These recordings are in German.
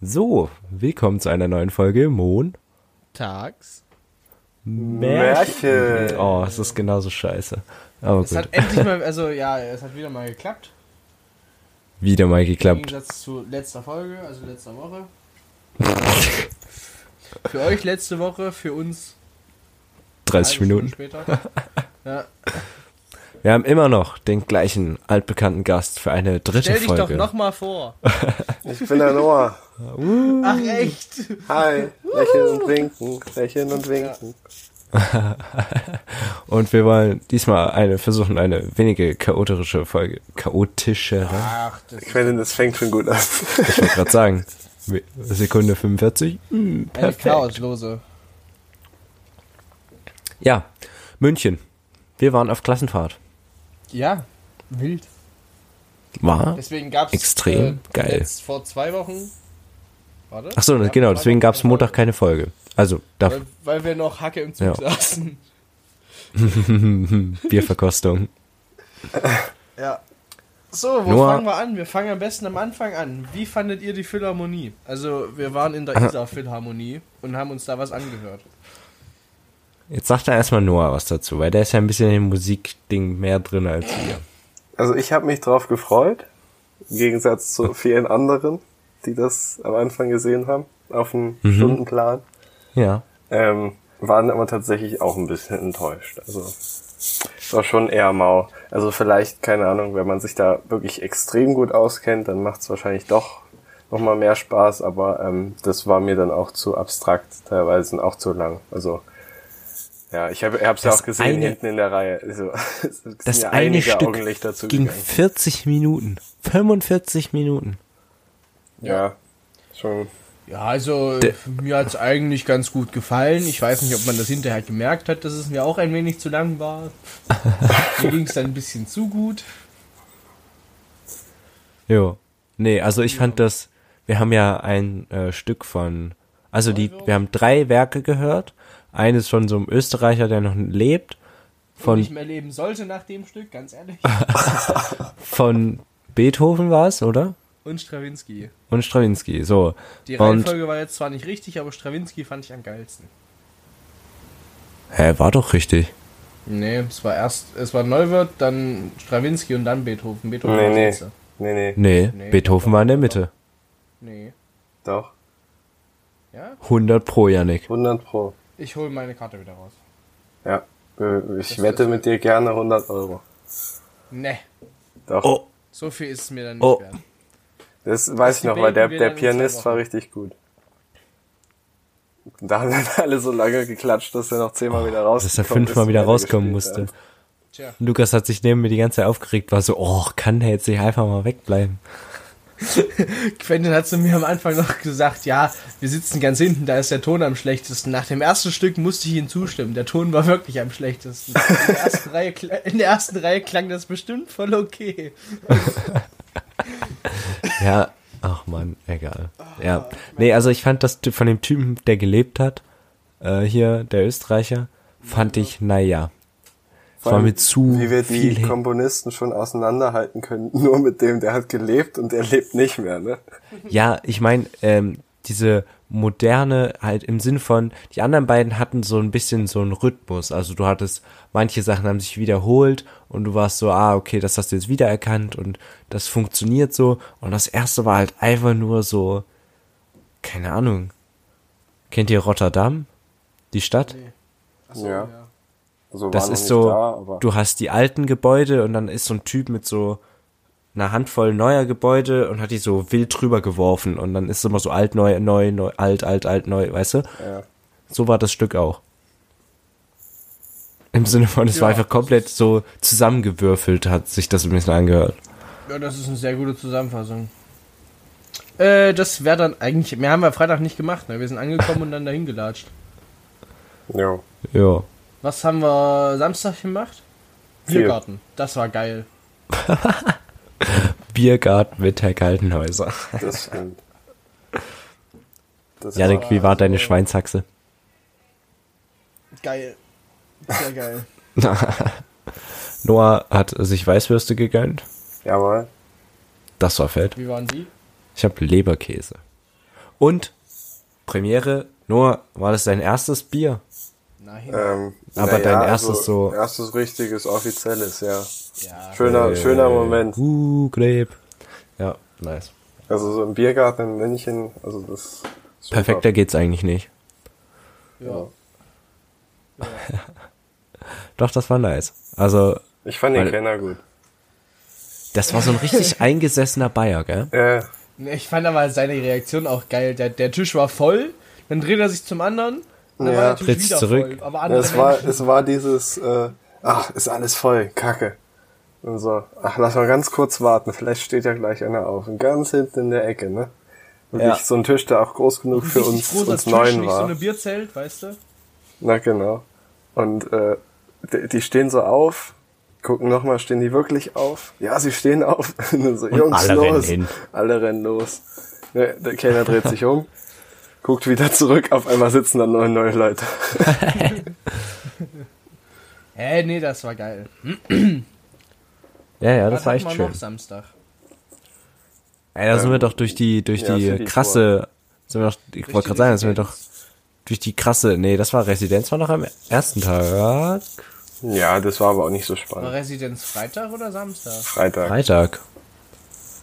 So, willkommen zu einer neuen Folge Mon Tags. Märchen. Oh, es ist genauso scheiße. Aber Es gut, hat endlich mal, also ja, es hat wieder mal geklappt. wieder mal Im geklappt. Gegensatz zu letzter Folge, also letzter Woche. für euch letzte Woche, für uns 30 eine halbe Minuten. Stunde später. Ja. Wir haben immer noch den gleichen altbekannten Gast für eine dritte Stell dich doch Folge. Uh. nochmal vor. Ich bin der Noah. Ach echt? Hi. Lächeln und winken. Lächeln und winken. Und wir wollen diesmal eine versuchen, eine wenige chaotische Folge. Chaotischere. Ach, das Quentin, das fängt schon gut an. Ich wollte gerade sagen. Sekunde 45. Hm, eine perfekt. Chaoslose. Ja, München. Wir waren auf Klassenfahrt. Ja, wild. War? Deswegen gab's äh, Extrem geil. Jetzt vor zwei Wochen. Warte. Ach so, Ja, genau, vor zwei deswegen Wochen gab es eine Montag Folge. keine Folge. Also, da Weil, weil wir noch Hacke im Zug Ja. saßen. Bierverkostung. Ja. So, wo Noah- fangen wir an? Wir fangen am besten am Anfang an. Wie fandet ihr die Philharmonie? Also, wir waren in der Isar Philharmonie und haben uns da was angehört. Jetzt sagt er erstmal Noah was dazu, weil der ist ja ein bisschen im Musikding mehr drin als wir. Also ich habe mich drauf gefreut. Im Gegensatz zu vielen anderen, die das am Anfang gesehen haben. Auf dem Stundenplan. Ja. Ähm, waren aber tatsächlich auch ein bisschen enttäuscht. Also es war schon eher mau. Also vielleicht, keine Ahnung, wenn man sich da wirklich extrem gut auskennt, dann macht es wahrscheinlich doch nochmal mehr Spaß, aber ähm, das war mir dann auch zu abstrakt teilweise und auch zu lang. Also ja, ich habe es ja Das auch gesehen eine- hinten in der Reihe. Also, es sind Das ja eine einige Stück Augenlichter zugegangen. ging 40 Minuten. 45 Minuten. Ja, schon. Ja, also, De- mir hat es eigentlich ganz gut gefallen. Ich weiß nicht, ob man das hinterher gemerkt hat, dass es mir auch ein wenig zu lang war. mir ging es dann ein bisschen zu gut. Jo. Nee, also ich fand das, wir haben ja ein äh, Stück von, also die, wir haben drei Werke gehört. Eines von so einem Österreicher, der noch lebt. Von Nicht mehr leben sollte nach dem Stück, ganz ehrlich. von Beethoven war es, oder? Und Stravinsky. Und Stravinsky, so. Die und, Reihenfolge war jetzt zwar nicht richtig, aber Stravinsky fand ich am geilsten. hä, war doch richtig. Nee, es war erst, es war Neuwirth, dann Stravinsky und dann Beethoven. Beethoven Nee, war nee. Letzter. Nee, nee, Nee, Nee, Beethoven war in der Mitte. Nee. doch. Ja? 100 pro, Janik. 100 pro. Ich hole meine Karte wieder raus. Ja, äh, ich wette mit dir gerne 100 Euro. Ne, Doch. Oh, so viel ist es mir dann nicht Oh. wert. Das weiß ich noch, weil der, debaten wir der dann in zwei Pianist war Wochen. richtig gut. Und Da haben dann alle so lange geklatscht, dass er noch zehnmal Oh, wieder rauskommt. dass er fünfmal wieder rauskommen musste. Tja. Lukas hat sich neben mir die ganze Zeit aufgeregt, war so, oh, kann der jetzt nicht einfach mal wegbleiben? Quentin hat zu mir am Anfang noch gesagt, ja, wir sitzen ganz hinten, da ist der Ton am schlechtesten. Nach dem ersten Stück musste ich ihm zustimmen. Der Ton war wirklich am schlechtesten. In der ersten Reihe, kla- in der ersten Reihe klang das bestimmt voll okay. Ja, ach man, egal. Ja. Nee, also ich fand das von dem Typen, der gelebt hat, äh, hier, der Österreicher, fand ich, naja. Es war mir zu Wie wir viel die hin- Komponisten schon auseinanderhalten können, nur mit dem, der hat gelebt und er lebt nicht mehr, ne? Ja, ich meine, ähm, diese moderne, halt im Sinn von, die anderen beiden hatten so ein bisschen so einen Rhythmus. Also du hattest, manche Sachen haben sich wiederholt und du warst so, ah, okay, das hast du jetzt wiedererkannt und das funktioniert so. Und das erste war halt einfach nur so, keine Ahnung. Kennt ihr Rotterdam? Die Stadt? ja. Also Das war noch ist nicht so, da, aber du hast die alten Gebäude und dann ist so ein Typ mit so einer Handvoll neuer Gebäude und hat die so wild drüber geworfen und dann ist immer so alt, neu, neu, neu, alt, alt, alt, neu, weißt du? ja. So war das Stück auch. Im Sinne von, es war Ja. einfach komplett so zusammengewürfelt, hat sich das ein bisschen angehört. Ja, das ist eine sehr gute Zusammenfassung. Äh, das wäre dann eigentlich. Mehr haben wir Freitag nicht gemacht, ne? Wir sind angekommen und dann dahin gelatscht. ja. Ja. Was haben wir Samstag gemacht? Viel. Biergarten. Das war geil. Biergarten mit Herr Kaltenhäuser. Das stimmt. Das war, Janik, wie war deine Schweinshaxe? Geil. Sehr geil. Noah hat sich Weißwürste gegönnt. jawohl. Das war fett. Wie waren die? Ich habe Leberkäse. Und Premiere, Noah, war das dein erstes Bier? Nein. Ähm, Aber na dein erstes so- Erstes richtiges, offizielles, ja. Ja. Äh, Schöner, schöner Moment. Uh, Grape. Ja, nice. Also so im Biergarten in München, also das ist Perfekter geht's eigentlich nicht. ja. Doch, das war nice. Also, Ich fand den Weil- Kenner gut. das war so ein richtig eingesessener Bayer, gell? Äh, Ne, Ich fand aber seine Reaktion auch geil. Der, der Tisch war voll, dann dreht er sich zum anderen. Dann Ja. war er natürlich Dreht's wieder zurück. Voll, aber andere es war, Menschen- es war dieses, äh, ach, ist alles voll, Kacke. Und so, ach, lass mal ganz kurz warten, vielleicht steht ja gleich einer auf. Und ganz hinten in der Ecke, ne? Wirklich Ja. so ein Tisch, der auch groß genug für Richtig uns, großer uns Tisch, Neun nicht war. so eine Bierzelt, weißt du? Na genau. Und äh, die, die stehen so auf, gucken nochmal, stehen die wirklich auf? Ja, sie stehen auf. Und dann so, Jungs, alle rennen los. hin. Alle rennen los. Ne, der Kellner dreht sich um, guckt wieder zurück, auf einmal sitzen da neun neue Leute. Hä, nee, das war geil. Ja, ja, das Was war hatten echt wir schön. Noch Samstag. Ey, da sind wir doch durch die, durch ja, die sind die krasse, sind wir doch, ich Durch wollte die gerade sagen, da sind wir doch Residenz. durch die krasse, nee, das war Residenz, war noch am ersten Tag, Ja, das war aber auch nicht so War spannend. Residenz Freitag oder Samstag? Freitag. Freitag.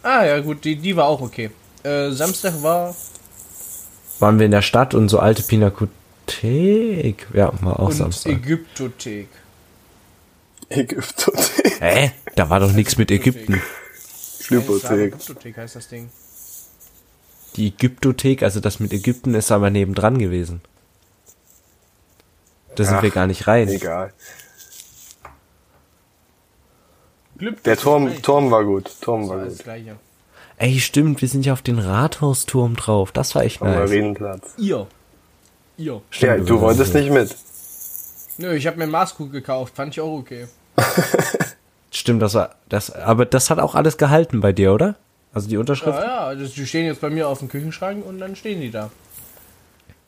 Ah, ja, gut, die, die war auch okay. Äh, Samstag war. Waren wir in der Stadt und so alte Pinakothek, ja, war auch und Samstag. Ägyptothek. Ägyptothek. Hä? Da war doch nichts mit Ägypten. Glypothek. Ägyptothek heißt das Ding. Die Ägyptothek, also das mit Ägypten, ist aber nebendran gewesen. Da sind Ach, wir gar nicht rein. Egal. Glück, Der Turm, Turm war gut. Turm war Alles gut. gleiche. Ey, stimmt, wir sind ja auf den Rathausturm drauf. Das war echt Am nice. Marienplatz. Ihr. Ihr. Stimmt, Ja, wir du waren wolltest hier. nicht mit. Nö, ich hab mir Maßkuh gekauft, fand ich auch okay. Stimmt, das war das, aber das hat auch alles gehalten bei dir, oder? Also die Unterschrift? Ja, ja, das, die stehen jetzt bei mir auf dem Küchenschrank und dann stehen die da.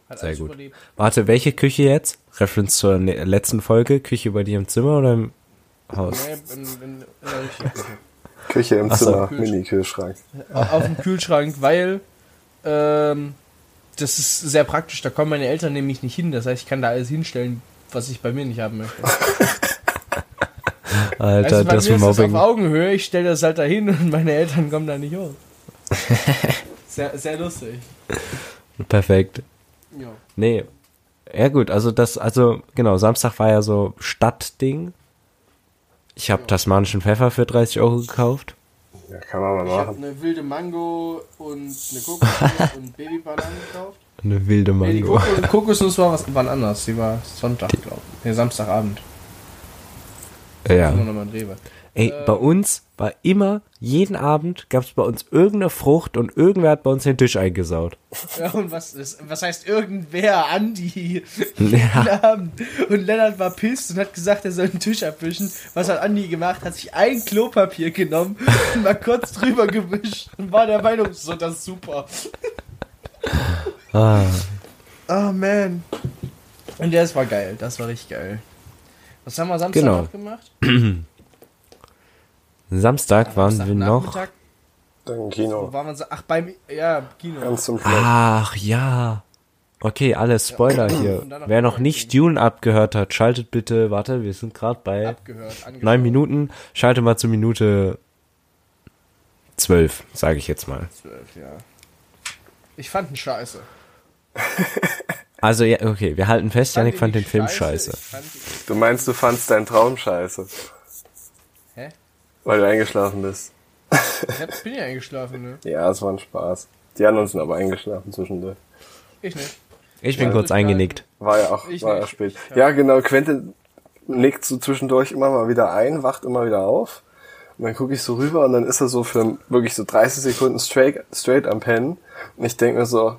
Hat Sehr alles gut. überlebt. Warte, welche Küche jetzt? Reference zur ne letzten Folge, Küche bei dir im Zimmer oder im Haus? Nee, in, in, in der richtigen Küche. Küche im so. Zimmer, Kühlschrank. Mini-Kühlschrank. Au- auf dem Kühlschrank, weil ähm, das ist sehr praktisch. Da kommen meine Eltern nämlich nicht hin. Das heißt, ich kann da alles hinstellen, was ich bei mir nicht haben möchte. Alter, also bei das mir ist das auf Mobbing. Augenhöhe. Ich stelle das halt da hin und meine Eltern kommen da nicht hoch. sehr, sehr lustig. Perfekt. Ja. Nee. Ja gut, also das, also genau, Samstag war ja so Stadtding. Ich habe tasmanischen Pfeffer für 30 Euro gekauft. Ja, kann man mal Ich habe machen. eine wilde Mango und eine Kokosnuss und Babybananen gekauft. Eine wilde Nee, die Mango. Kokos- Kokosnuss war was wann anders. Die war Sonntag, glaube ich. Nee, Samstagabend. Ja. Nur nochmal ein Rewe. Ey, äh, bei uns war immer, jeden Abend gab es bei uns irgendeine Frucht und irgendwer hat bei uns den Tisch eingesaut. Ja, und was, ist, was heißt irgendwer? Andi. Ja, Guten Abend. Und Lennart war pisst und hat gesagt, er soll den Tisch abwischen. Was hat Andi gemacht? Hat sich ein Klopapier genommen und mal kurz drüber gewischt und war der Meinung, so, das ist super. ah, Oh man. Und das war geil, das war richtig geil. Was haben wir Samstag Genau. noch gemacht? Samstag waren wir noch. Nachmittag? Dann Wo Kino. waren wir? so- Ach, beim ja, Kino. Ganz zum Schluss. Ach ja. Okay, alles Spoiler hier. Und dann noch Wer noch Dune nicht Dune abgehört hat, schaltet bitte. Warte, wir sind gerade bei Abgehört, angehört. neun Minuten. Schalte mal zu Minute zwölf, sage ich jetzt mal. Zwölf, ja. Ich fand ihn scheiße. Also ja, okay, wir halten fest. Janik fand den ihn Film nicht scheiße. Ich fand ihn, Du meinst, du fandst deinen Traum scheiße, hä? weil du eingeschlafen bist. Ich hab, bin ja eingeschlafen, ne? Ja, es war ein Spaß. Die anderen sind aber eingeschlafen zwischendurch. Ich nicht. Ich bin Ja. kurz eingenickt. War ja auch, Ich war ja nicht. spät. Ich hab- Ja, genau, Quentin nickt so zwischendurch immer mal wieder ein, wacht immer wieder auf. Und dann gucke ich so rüber und dann ist er so für wirklich so 30 Sekunden straight, straight am Pennen. Und ich denke mir so,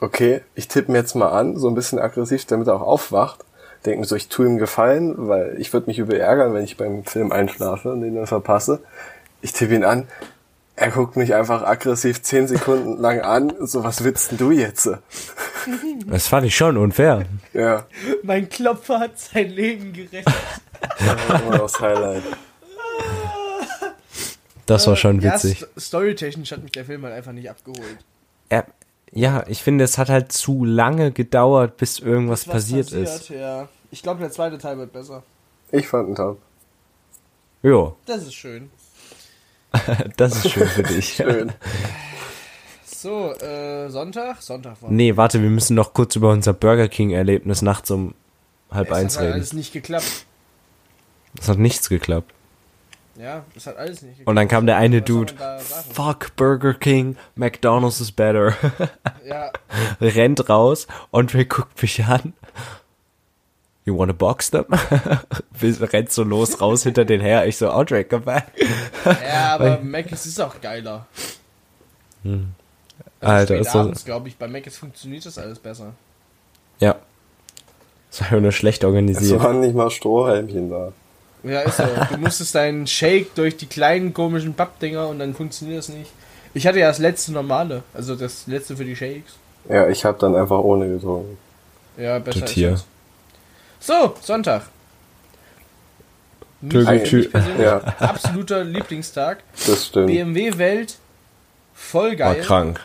okay, ich tippe ihn jetzt mal an, so ein bisschen aggressiv, damit er auch aufwacht. Denke mir so, ich tue ihm Gefallen, weil ich würde mich über ärgern, wenn ich beim Film einschlafe und den dann verpasse. Ich tippe ihn an. Er guckt mich einfach aggressiv 10 Sekunden lang an. So, was willst denn du jetzt? Das fand ich schon unfair. Ja, Mein Klopfer hat sein Leben gerettet. immer noch das Highlight. Das war schon Ja, witzig. st- storytechnisch hat mich der Film halt einfach nicht abgeholt. Er, Ja, ich finde, es hat halt zu lange gedauert, bis irgendwas Was passiert, ist. Ja. Ich glaube, der zweite Teil wird besser. Ich fand ihn top. Jo, Das ist schön. das ist schön für dich. Schön. So, äh, Sonntag? Sonntag war. Nee, warte, wir müssen noch kurz über unser Burger King-Erlebnis nachts um halb es eins hat halt reden. alles nicht geklappt. Es hat nichts geklappt. Ja, es hat alles nicht geklappt. Und dann kam der eine Was soll man Dude. da sagen? Fuck Burger King, McDonald's is better. Ja, Rennt raus, Andre guckt mich an. You wanna box them? Wir- Rennt so los raus hinter den her. Ich so, Andre, komm back. ja aber Mc's ist auch geiler. Hm. Also Alter, Spät ist so, abends, glaube ich. Bei Mc's funktioniert das alles besser. ja. Das war nur schlecht Es organisiert. waren nicht mal Strohhalmchen da. Ja, ist so. Du musstest deinen Shake durch die kleinen komischen Pappdinger und dann funktioniert das nicht. Ich hatte ja das letzte normale, also das letzte für die Shakes. Ja, ich habe dann einfach ohne getrunken. Ja, besser Du Tier. als das. So, Sonntag. Mich, Tü- mich tü- persönlich ja. absoluter Lieblingstag. Das stimmt. BMW-Welt, voll War geil. krank.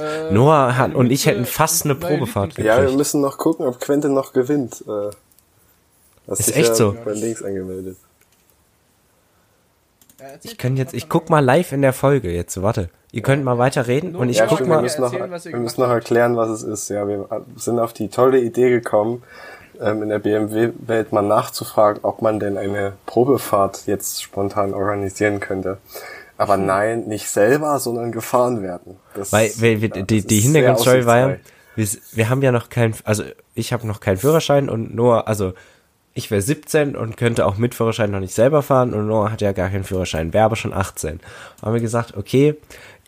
Äh, Noah hat, und ich Mütze, hätten fast eine neue Probefahrt Lieblings- gekriegt. äh, Ja, wir müssen noch gucken, ob Quentin noch gewinnt. Äh, hast Ist dich echt ja so. Bei Links angemeldet. Ja, erzähl. Ich kann jetzt, ich guck mal live in der Folge jetzt, warte. Ihr könnt mal weiterreden und ich ja, guck stimmt, wir mal. müssen, noch, Erzählen, was ihr wir gemacht müssen noch erklären, was es ist. Ja, wir sind auf die tolle Idee gekommen, ähm, in der BMW-Welt mal nachzufragen, ob man denn eine Probefahrt jetzt spontan organisieren könnte. Aber nein, nicht selber, sondern gefahren werden. Das, Mhm. Weil, weil wir, ja, die, das die ist sehr Hintergrundstory war ja, aussichtsreich. wir, s- wir haben ja noch keinen, also ich habe noch keinen Führerschein und Noah, also ich wäre 17 und könnte auch mit Führerschein noch nicht selber fahren und Noah hat ja gar keinen Führerschein, wäre aber schon 18. Haben wir gesagt, okay,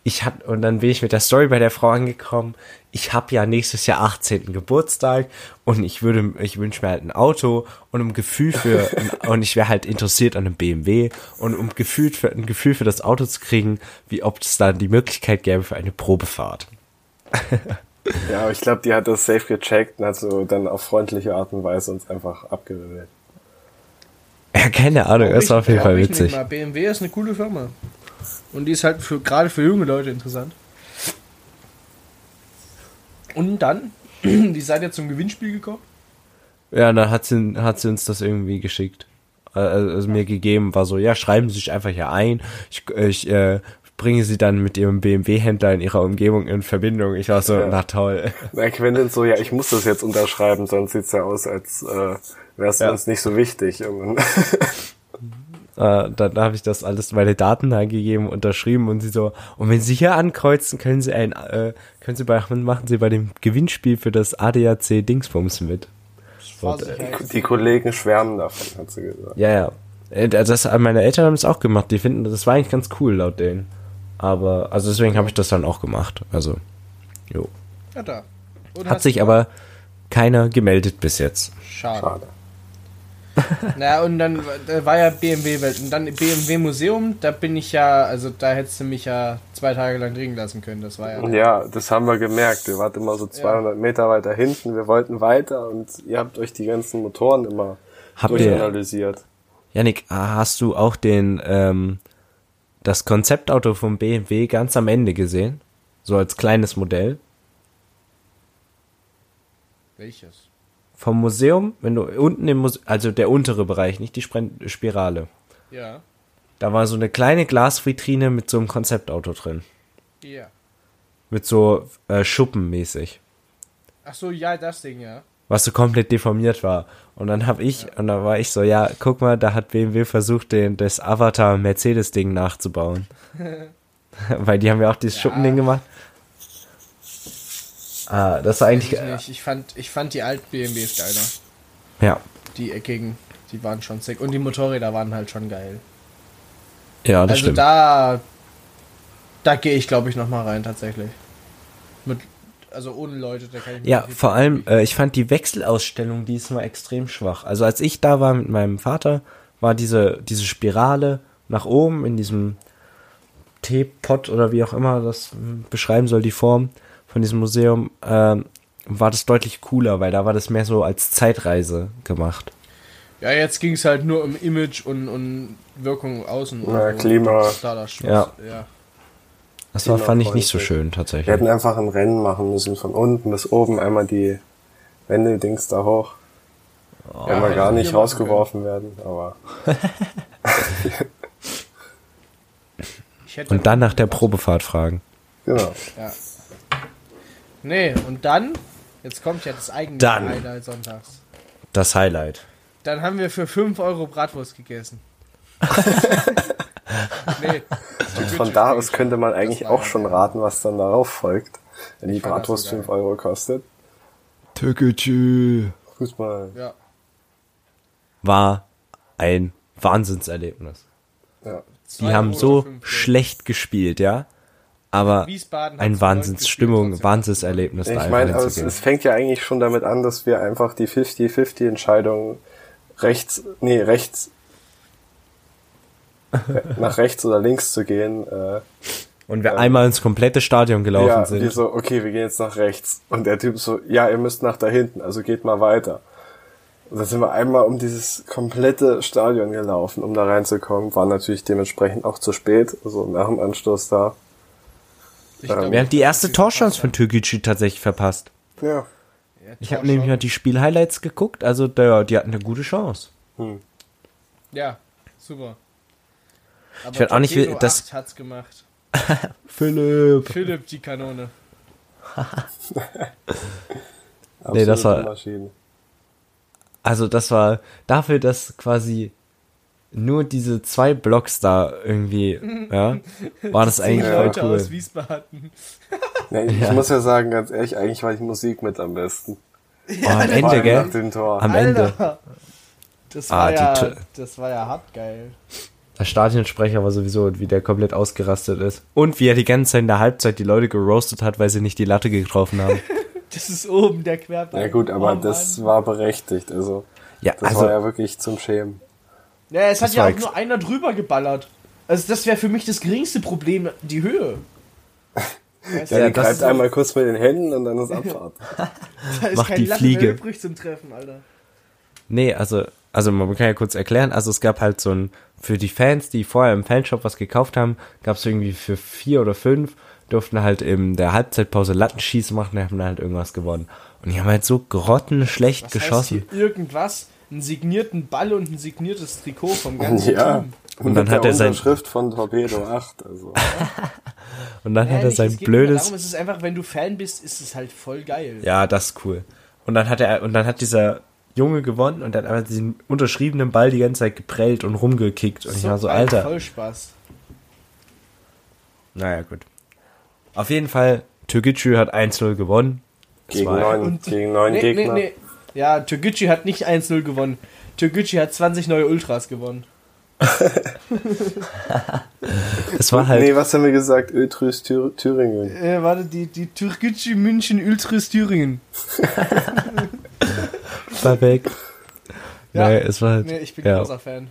ich hab, und dann bin ich mit der Story bei der Frau angekommen, ich habe ja nächstes Jahr 18. Geburtstag und ich würde, ich wünsche mir halt ein Auto und um Gefühl für, und ich wäre halt interessiert an einem BMW und um Gefühl für, ein Gefühl für das Auto zu kriegen, wie ob es da die Möglichkeit gäbe für eine Probefahrt. Ja, aber ich glaube, die hat das safe gecheckt und hat so dann auf freundliche Art und Weise uns einfach abgewimmelt. Ja, keine Ahnung, das war auf jeden Warum Fall ich nicht witzig. mal? BMW ist eine coole Firma. Und die ist halt für, gerade für junge Leute interessant. Und dann, die seid ihr zum Gewinnspiel gekommen? Ja, und dann hat sie, hat sie uns das irgendwie geschickt. Äh, Also mir gegeben, war so, ja, schreiben Sie sich einfach hier ein. Ich, ich äh, bringe sie dann mit ihrem BMW-Händler in ihrer Umgebung in Verbindung. Ich war so, na toll. Na, Quentin so, ja, ich muss das jetzt unterschreiben, sonst sieht's ja aus, als äh, wärst du Ja. uns nicht so wichtig. Und dann- Äh, dann habe ich das alles meine Daten eingegeben, unterschrieben und sie so, und wenn Sie hier ankreuzen, können Sie ein, äh, können Sie bei, machen Sie bei dem Gewinnspiel für das ADAC Dingsbums mit. Fahrsicherheit. die Kollegen schwärmen davon, hat sie gesagt. Ja, ja. Äh, Das, meine Eltern haben es auch gemacht. Die finden, das war eigentlich ganz cool laut denen. Aber, also deswegen habe ich das dann auch gemacht. Also, jo. Ja, da. Und Hat hast- sich aber keiner gemeldet bis jetzt. Schade. Schade. Na, und dann war- da war ja BMW-Welt. Und dann im BMW-Museum, da bin ich ja, also da hättest du mich ja zwei Tage lang liegen lassen können. Das war ja. Ja, das haben wir gemerkt. Wir waren immer so 200 Meter weiter hinten. Wir wollten weiter und ihr habt euch die ganzen Motoren immer Habt ihr- durchanalysiert. Yannick, ah, hast du auch den, ähm, das Konzeptauto vom BMW ganz am Ende gesehen? So als kleines Modell. Welches? Vom Museum, wenn du unten im Museum, also der untere Bereich, nicht die Spren- Spirale. Ja. Da war so eine kleine Glasvitrine mit so einem Konzeptauto drin. Ja. Mit so äh, Schuppenmäßig. Ach so, ja, das Ding, ja. was so komplett deformiert war. Und dann hab ich, und da war ich so, ja, guck mal, da hat BMW versucht, den, das Avatar-Mercedes-Ding nachzubauen. Weil die haben ja auch dieses Schuppending gemacht. Ah, das war eigentlich, Ich, nicht. ich fand, ich fand die alten BMWs geiler. ja. Die eckigen, die waren schon sick. Und die Motorräder waren halt schon geil. Ja, das also stimmt. da, da gehe ich glaube ich nochmal rein tatsächlich. Mit, also ohne Leute, da kann ich Ja, nicht- vor allem, äh, ich fand die Wechselausstellung diesmal extrem schwach. Also als ich da war mit meinem Vater, war diese, diese Spirale nach oben in diesem Teepot oder wie auch immer das mm, beschreiben soll, die Form von diesem Museum, ähm, war das deutlich cooler, weil da war das mehr so als Zeitreise gemacht. Ja, jetzt ging es halt nur um Image und, und Wirkung außen. Also Ja, und Klima. Starter Ja. ja. Das war, fand ich nicht so schön Wir tatsächlich. hätten einfach ein Rennen machen müssen, von unten bis oben, einmal die Wände-Dings da hoch. einmal Oh. hätten wir gar nicht also machen rausgeworfen werden, aber Ich hätte Und dann nach der Probefahrt fragen. genau. Ja. Nee, und dann, jetzt kommt ja das eigene Dann. Highlight sonntags. Das Highlight. Dann haben wir für 5 Euro Bratwurst gegessen. nee. Von da aus könnte man eigentlich war ja auch schon raten, was dann darauf folgt. Wenn die fand das Bratwurst so geil. 5 Euro kostet. Tökütü. Fußball. Ja. War ein Wahnsinnserlebnis. Ja. Die haben so schlecht gespielt, ja. Aber Wiesbaden hat ein zu neun Wahnsinnsstimmung, gespielt, trotzdem. Wahnsinnserlebnis da Ich einfach meine, aber es, hinzugehen. es fängt ja eigentlich schon damit an, dass wir einfach die 50-50-Entscheidung rechts, nee, rechts, nach rechts oder links zu gehen, äh, Und wir einmal ins komplette Stadion gelaufen ja, sind. wir so, okay, wir gehen jetzt nach rechts. Und der Typ so, ja, ihr müsst nach da hinten, also geht mal weiter. Und dann sind wir einmal um dieses komplette Stadion gelaufen, um da reinzukommen. War natürlich dementsprechend auch zu spät, also nach dem Anstoß da. Ich glaub, Wir haben die erste das Torchance von Türkgücü tatsächlich verpasst. Ja. Ja, Ich habe Torchance. nämlich mal die Spielhighlights geguckt, also da, die hatten eine gute Chance. Ja, super. Aber Ich werd auch nicht will- Torpedo das- 8 hat's gemacht. Philipp. Philipp, die Kanone. Nee, das absolute war- Maschine. Also das war dafür, dass quasi nur diese zwei Blocks da irgendwie, ja, war das Die eigentlich voll Leute aus cool. Wiesbaden. Nee, ich Ja. muss ja sagen, ganz ehrlich, eigentlich war die Musik mit am besten. Oh, am Vor Ende, allem gell? Nach dem Tor. Am Ende. Alter. Das Ah, war, die ja, Tö- das war ja hart geil. Der Stadionsprecher war sowieso, wie der komplett ausgerastet ist. Und wie er die ganze Zeit in der Halbzeit die Leute geroastet hat, weil sie nicht die Latte getroffen haben. Das ist oben der Querbein. Ja gut, aber Oh, das Mann. war berechtigt. Also Ja, das also war ja wirklich zum Schämen. Ja, es hat das ja war auch ex- nur einer drüber geballert. Also, das wäre für mich das geringste Problem, die Höhe. Weißt du, Ja, Ja, die das greift ist- einmal kurz mit den Händen und dann ist Abfahrt. da ist macht kein die Latte Fliege. mehr übrig zum Treffen, Alter. Nee, also, also man kann ja kurz erklären, also es gab halt so ein, für die Fans, die vorher im Fanshop was gekauft haben, gab es irgendwie für vier oder fünf, durften halt in der Halbzeitpause Lattenschießen machen, da haben dann halt irgendwas gewonnen. Und die haben halt so grottenschlecht Das geschossen. Heißt hier irgendwas, einen signierten Ball und ein signiertes Trikot vom ganzen ja. Team. Und dann mit hat der er sein- Unterschrift von Torpedo 8. Also. Und dann hat er Ehrlich, es sein geht nur blödes, Darum, es ist einfach, wenn du Fan bist, ist es halt voll geil. ja, das ist cool. Und dann hat er, und dann hat dieser Junge gewonnen und dann hat er diesen unterschriebenen Ball die ganze Zeit geprellt und rumgekickt. Und ich war so, geil, Alter. Voll Spaß. Naja, gut. Auf jeden Fall, Türkgücü hat 1-0 gewonnen. Es Gegen war- neun, gegen neun Nee, nee, Gegner. nee. Ja, Toguchi hat nicht 1-0 gewonnen. Toguchi hat 20 neue Ultras gewonnen. Es war halt, Nee, was haben wir gesagt? Ötrüs Thür Thüringen. Äh, warte, die, die Toguchi München Ultras Thüringen. Perfekt. Ja. Naja, es war halt. Nee, ich bin ja. großer Fan.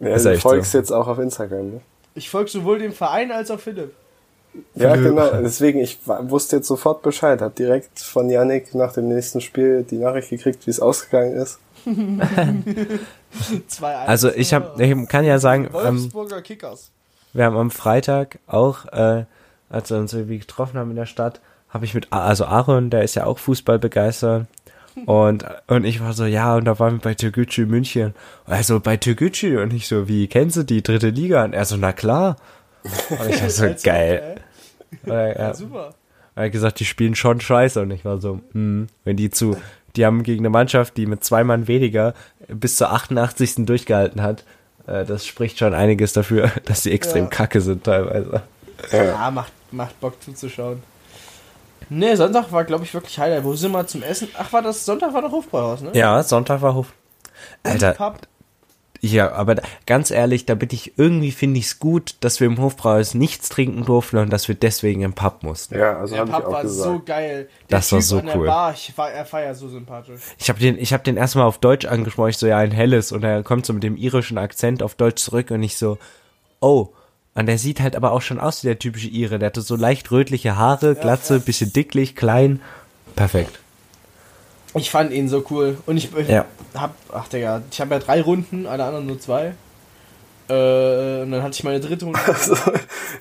Ja, Ist du echt so. folgst jetzt auch auf Instagram, ne? Ich folge sowohl dem Verein als auch Philipp. Ja, Philipp. genau. Deswegen, ich wa- wusste jetzt sofort Bescheid. Hab direkt von Yannick nach dem nächsten Spiel die Nachricht gekriegt, wie es ausgegangen ist. 2-1. Also ich habe, ich kann ja sagen, ähm, Wolfsburger Kickers. wir haben am Freitag auch, äh, als wir uns irgendwie getroffen haben in der Stadt, habe ich mit, A- also Aaron, der ist ja auch Fußball begeistert. Und, und ich war so, ja, und da waren wir bei Türkgücü München. Also bei Türkgücü und ich so, wie, kennst du die dritte Liga? Und er so, na klar. Und ich war so, geil. Und er, er, Super. Er hat gesagt, die spielen schon scheiße. Und ich war so, hm, wenn die zu, die haben gegen eine Mannschaft, die mit zwei Mann weniger bis zur 88. durchgehalten hat. äh, Das spricht schon einiges dafür, dass sie extrem Ja. kacke sind teilweise. Ja. Ja, macht, macht Bock zuzuschauen. Nee, Sonntag war, glaube ich, wirklich Highlight. Wo sind wir zum Essen? Ach, war das Sonntag war doch Hofbräuhaus, ne? Ja, Sonntag war Hof. Alter, Pub. ja, aber da- ganz ehrlich, da bin ich irgendwie, finde ich es gut, dass wir im Hofbrauhaus nichts trinken durften und dass wir deswegen im Pub mussten. Ja, also Der habe ich Pub auch war gesagt. so geil. Der Das war so an cool. Der Bar, ich war, er war ja so sympathisch. Ich habe den, ich hab den erstmal auf Deutsch angesprochen, ich so, ja, ein helles. Und er kommt so mit dem irischen Akzent auf Deutsch zurück und ich so, oh. Und der sieht halt aber auch schon aus wie der typische Ire. Der hatte so leicht rötliche Haare, Glatze, bisschen dicklich, klein. Perfekt. Ich fand ihn so cool. Und ich, ich Ja. hab, ach Digga, ich habe ja drei Runden, alle anderen nur zwei. Äh, und dann hatte ich meine dritte und Also,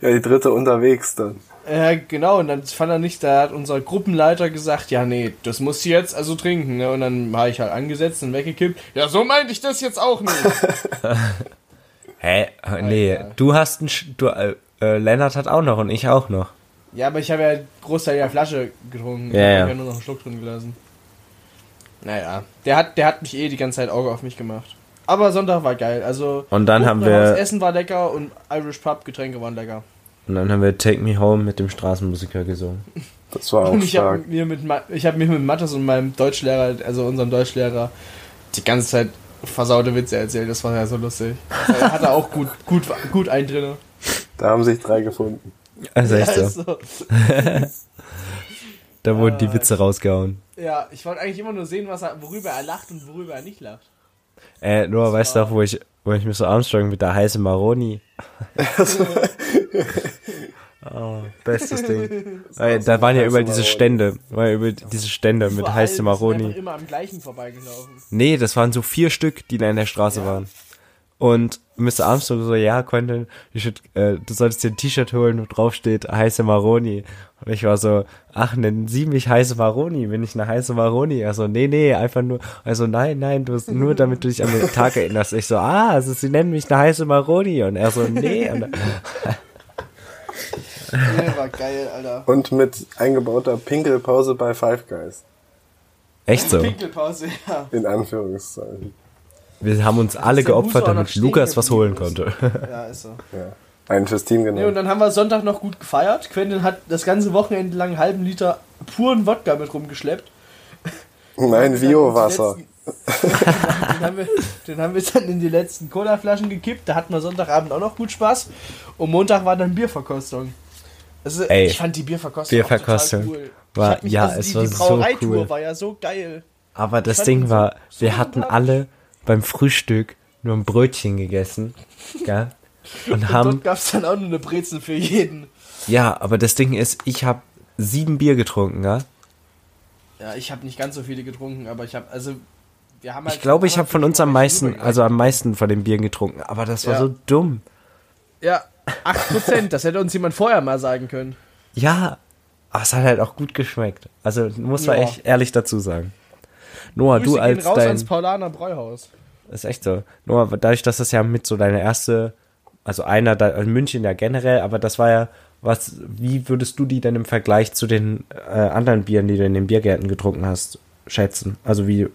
ja, die dritte unterwegs dann. Ja, genau, und dann fand er nicht, da hat unser Gruppenleiter gesagt, ja, nee, das musst du jetzt also trinken, ne? Und dann war ich halt angesetzt und weggekippt. Ja, so meinte ich das jetzt auch nicht. Hä? Nee, Alter. du hast ein. Sch- Du, äh, äh, Lennart hat auch noch und ich auch noch. ja, aber ich habe ja einen Großteil der Flasche getrunken. Ja, ich ja. habe ja nur noch einen Schluck drin gelassen. Naja, der hat, der hat mich eh die ganze Zeit Auge auf mich gemacht. Aber Sonntag war geil, also. Und dann haben wir- Opernhaus, Essen war lecker und Irish Pub Getränke waren lecker. Und dann haben wir Take Me Home mit dem Straßenmusiker gesungen. Das war auch Und ich habe stark. mir mit Ma- ich habe mich mit Mattes und meinem Deutschlehrer, also unserem Deutschlehrer, die ganze Zeit versaute Witze erzählt. Das war ja so lustig. Also Er hatte auch gut gut gut einen drinne. Da haben sich drei gefunden. Also echt Ja, so. ist so. Da wurden die Ah. Witze rausgehauen. ja, ich wollte eigentlich immer nur sehen, was er, worüber er lacht und worüber er nicht lacht. Äh, nur weißt du war- auch, wo ich, wo ich mir so Armstrong mit der heißen Maroni. oh, bestes Ding. Ey, da waren ja heiße überall diese Maroni. Stände. War ja über diese Stände mit Vor heiße allem sind einfach Maroni. immer am gleichen vorbeigelaufen. Nee, das waren so vier Stück, die da in der Straße waren. Und Mr. Armstrong so, ja, Quentin, you should, äh, du solltest dir ein T-Shirt holen, wo drauf steht heiße Maroni. Und ich war so, ach, nennen Sie mich heiße Maroni, bin ich eine heiße Maroni? Also, nee, nee, einfach nur, also nein, nein, du hast nur damit du dich an den Tag erinnerst. Ich so, ah, also sie nennen mich eine heiße Maroni. Und er so, nee. Und, Der war geil, Alter. Und mit eingebauter Pinkelpause bei Five Guys. echt so. Pinkelpause, ja. In Anführungszeichen. Wir haben uns alle Dass der Bus geopfert, auch noch damit stehen Lukas was geblieben holen ist. konnte. Ja, ist so. Ja. Einen fürs Team Nee, und genommen. dann haben wir Sonntag noch gut gefeiert. Quentin hat das ganze Wochenende lang einen halben Liter puren Wodka mit rumgeschleppt. Nein, Bio-Wasser. Den haben, wir, den haben wir dann in die letzten Cola-Flaschen gekippt. Da hatten wir Sonntagabend auch noch gut Spaß. Und Montag war dann Bierverkostung. Also, Ey, ich fand die Bierverkostung, Bierverkostung auch total cool. Ich war- hab mich- ja, also es die, war die so Brauereitour cool. war ja so geil. Aber das fand Ding ihn war, so- wir so hatten sympathisch. alle beim Frühstück nur ein Brötchen gegessen, gell? Und Und haben, dort gab es dann auch nur eine Brezel für jeden. ja, aber das Ding ist, ich habe sieben Bier getrunken, gell? Ja, ich habe nicht ganz so viele getrunken, aber ich habe, also, wir haben halt Ich glaube, ich habe von uns am meisten, Übergegangen. also am meisten von den Bieren getrunken, aber das war Ja. so dumm. Ja, 8%, das hätte uns jemand vorher mal sagen können. Ja, aber es hat halt auch gut geschmeckt. Also muss man Ja. echt ehrlich dazu sagen. Noah, Grüße du als gehen raus ans dein, Paulaner Bräuhaus. ist echt so. Noah, dadurch, dass das ja mit so deine erste, also einer, da, also München ja generell, aber das war ja, was, wie würdest du die denn im Vergleich zu den äh, anderen Bieren, die du in den Biergärten getrunken hast, schätzen? Also wie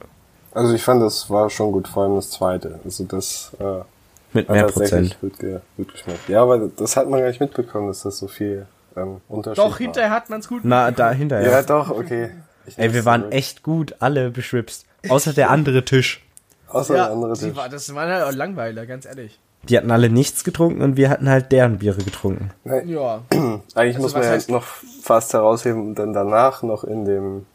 Also ich fand, das war schon gut, vor allem das zweite. Also das äh, hat mit mehr Prozent. tatsächlich gut, ge gut geschmeckt. Ja, aber das hat man gar nicht mitbekommen, dass das so viel ähm, Unterschied Doch, war. hinterher hat man's gut. Na, dahinter, Ja, ja. doch, okay. Ich Ey, nehm's wir waren zurück. echt gut, alle beschwipst. Außer der andere Tisch. Außer ja, der andere die Tisch. war, das waren halt auch Langweiler, ganz ehrlich. Die hatten alle nichts getrunken und wir hatten halt deren Biere getrunken. Nein, Ja, eigentlich also muss was man ja heißt- noch fast herausheben und dann danach noch in dem,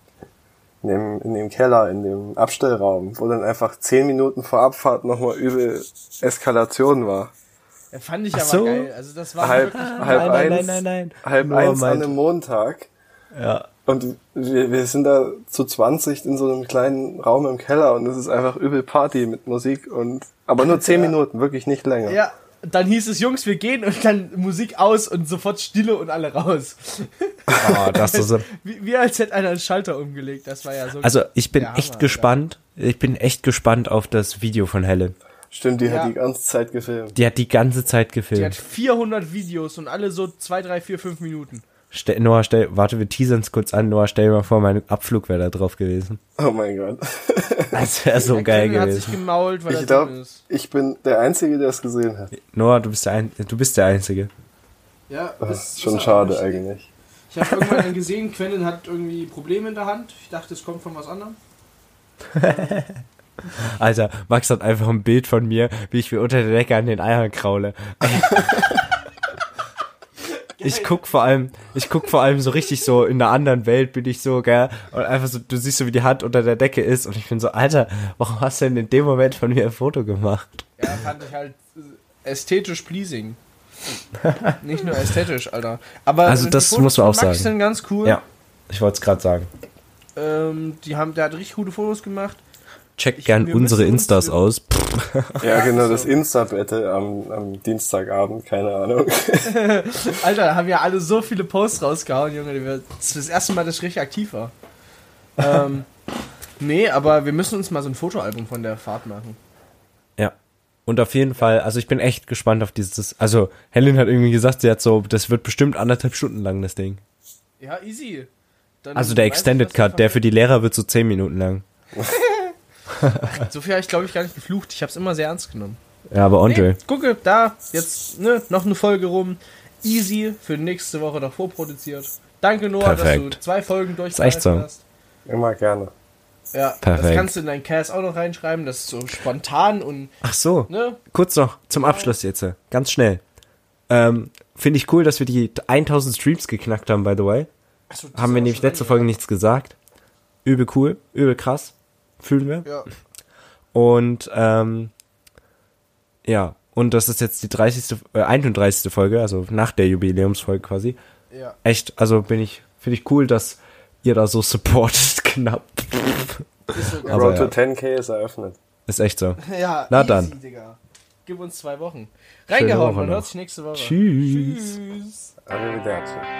in dem, in dem Keller, in dem Abstellraum, wo dann einfach zehn Minuten vor Abfahrt nochmal übel Eskalation war. äh, fand ich Ach aber so. geil. Also das war halb, wirklich... halb Nein, nein, eins, nein, nein, nein. halb Nur eins meint- an einem Montag. Ja. Und wir, wir sind da zu 20 in so einem kleinen Raum im Keller und es ist einfach übel Party mit Musik und, aber nur 10 Minuten, wirklich nicht länger. Ja, dann hieß es, Jungs, wir gehen und dann Musik aus und sofort Stille und alle raus. Oh, das ist so. Wie, wie als hätte einer einen Schalter umgelegt, das war ja so... Also ich bin Der Hammer, echt Alter. gespannt. Ich bin echt gespannt auf das Video von Helen. Stimmt, die Ja. hat die ganze Zeit gefilmt. Die hat die ganze Zeit Die hat gefilmt. 400 Videos und alle so 2, 3, 4, 5 Minuten. Stell, Noah, stell, warte, wir teasern es kurz an. Noah, stell dir mal vor, mein Abflug wäre da drauf gewesen. Oh mein Gott. Das wäre so Der geil Kevin hat sich gewesen. gemault, weil er Ich dumm glaube, ist. ich bin der Einzige, der es gesehen hat. Noah, du bist der, ein, du bist der Einzige. Ja, Das ist Ah, schon schade eigentlich. Ich habe irgendwann dann gesehen, Quentin hat irgendwie Probleme in der Hand. Ich dachte, es kommt von was anderem. Alter, Max hat einfach ein Bild von mir, wie ich mir unter der Decke an den Eiern kraule. Ich guck vor allem, ich guck vor allem so richtig so in einer anderen Welt bin ich so, gell? Und einfach so, du siehst so, wie die Hand unter der Decke ist und ich bin so, Alter, warum hast du denn in dem Moment von mir ein Foto gemacht? Ja, fand ich halt äh, ästhetisch pleasing. Nicht nur ästhetisch, Alter. Aber Also die das Fotos muss man von auch Max sagen. sind ganz cool. Ja, ich wollte es gerade sagen. Ähm, die haben, der hat richtig gute Fotos gemacht. Checkt Ich- gern wir unsere müssen uns Instas für- aus. Pff, Ja, genau, das Insta-Battle am, am Dienstagabend, keine Ahnung. Alter, da haben ja alle so viele Posts rausgehauen, Junge. die wir- Das ist das erste Mal, dass ich richtig aktiv war. ähm, nee, aber wir müssen uns mal so ein Fotoalbum von der Fahrt machen. Ja. Und auf jeden Fall, also ich bin echt gespannt auf dieses. Also, Helen hat irgendwie gesagt, sie hat so, das wird bestimmt anderthalb Stunden lang, das Ding. Ja, easy. Dann Also der weiß Hm, ich, Extended was Cut, wir der für die Lehrer wird so zehn Minuten lang. machen. So viel habe ich, glaube ich, gar nicht geflucht. Ich habe es immer sehr ernst genommen. Ja, aber Andre. Nee, gucke, da, jetzt, ne, noch eine Folge rum. Easy, für nächste Woche noch vorproduziert. Danke, Noah, dass du Perfekt. zwei Folgen durchgehalten echt so. hast. Immer gerne. Ja, das Perfekt. kannst du in deinen Cast auch noch reinschreiben. Das ist so spontan und, Ach so. ne, Kurz noch zum Abschluss jetzt, äh, ganz schnell. Ähm, Finde ich cool, dass wir die 1000 Streams geknackt haben, by the way. Achso, das Haben wir ist auch nämlich schon letzte lange Folge nichts gesagt. Übel cool, übel krass. Fühlen wir. her. Ja. Und ähm, ja, und das ist jetzt die 30. Äh, 31. Folge, also nach der Jubiläumsfolge quasi. Ja. Echt, also bin ich, finde ich cool, dass ihr da so supportet knapp. Aber Road ja. to 10K ist eröffnet. Ist echt so. Ja, Na easy, dann. Digga. Gib uns zwei Wochen. Reingehauen, Woche man noch. hört sich nächste Woche. Tschüss. Also, Tschüss. Arrivederci.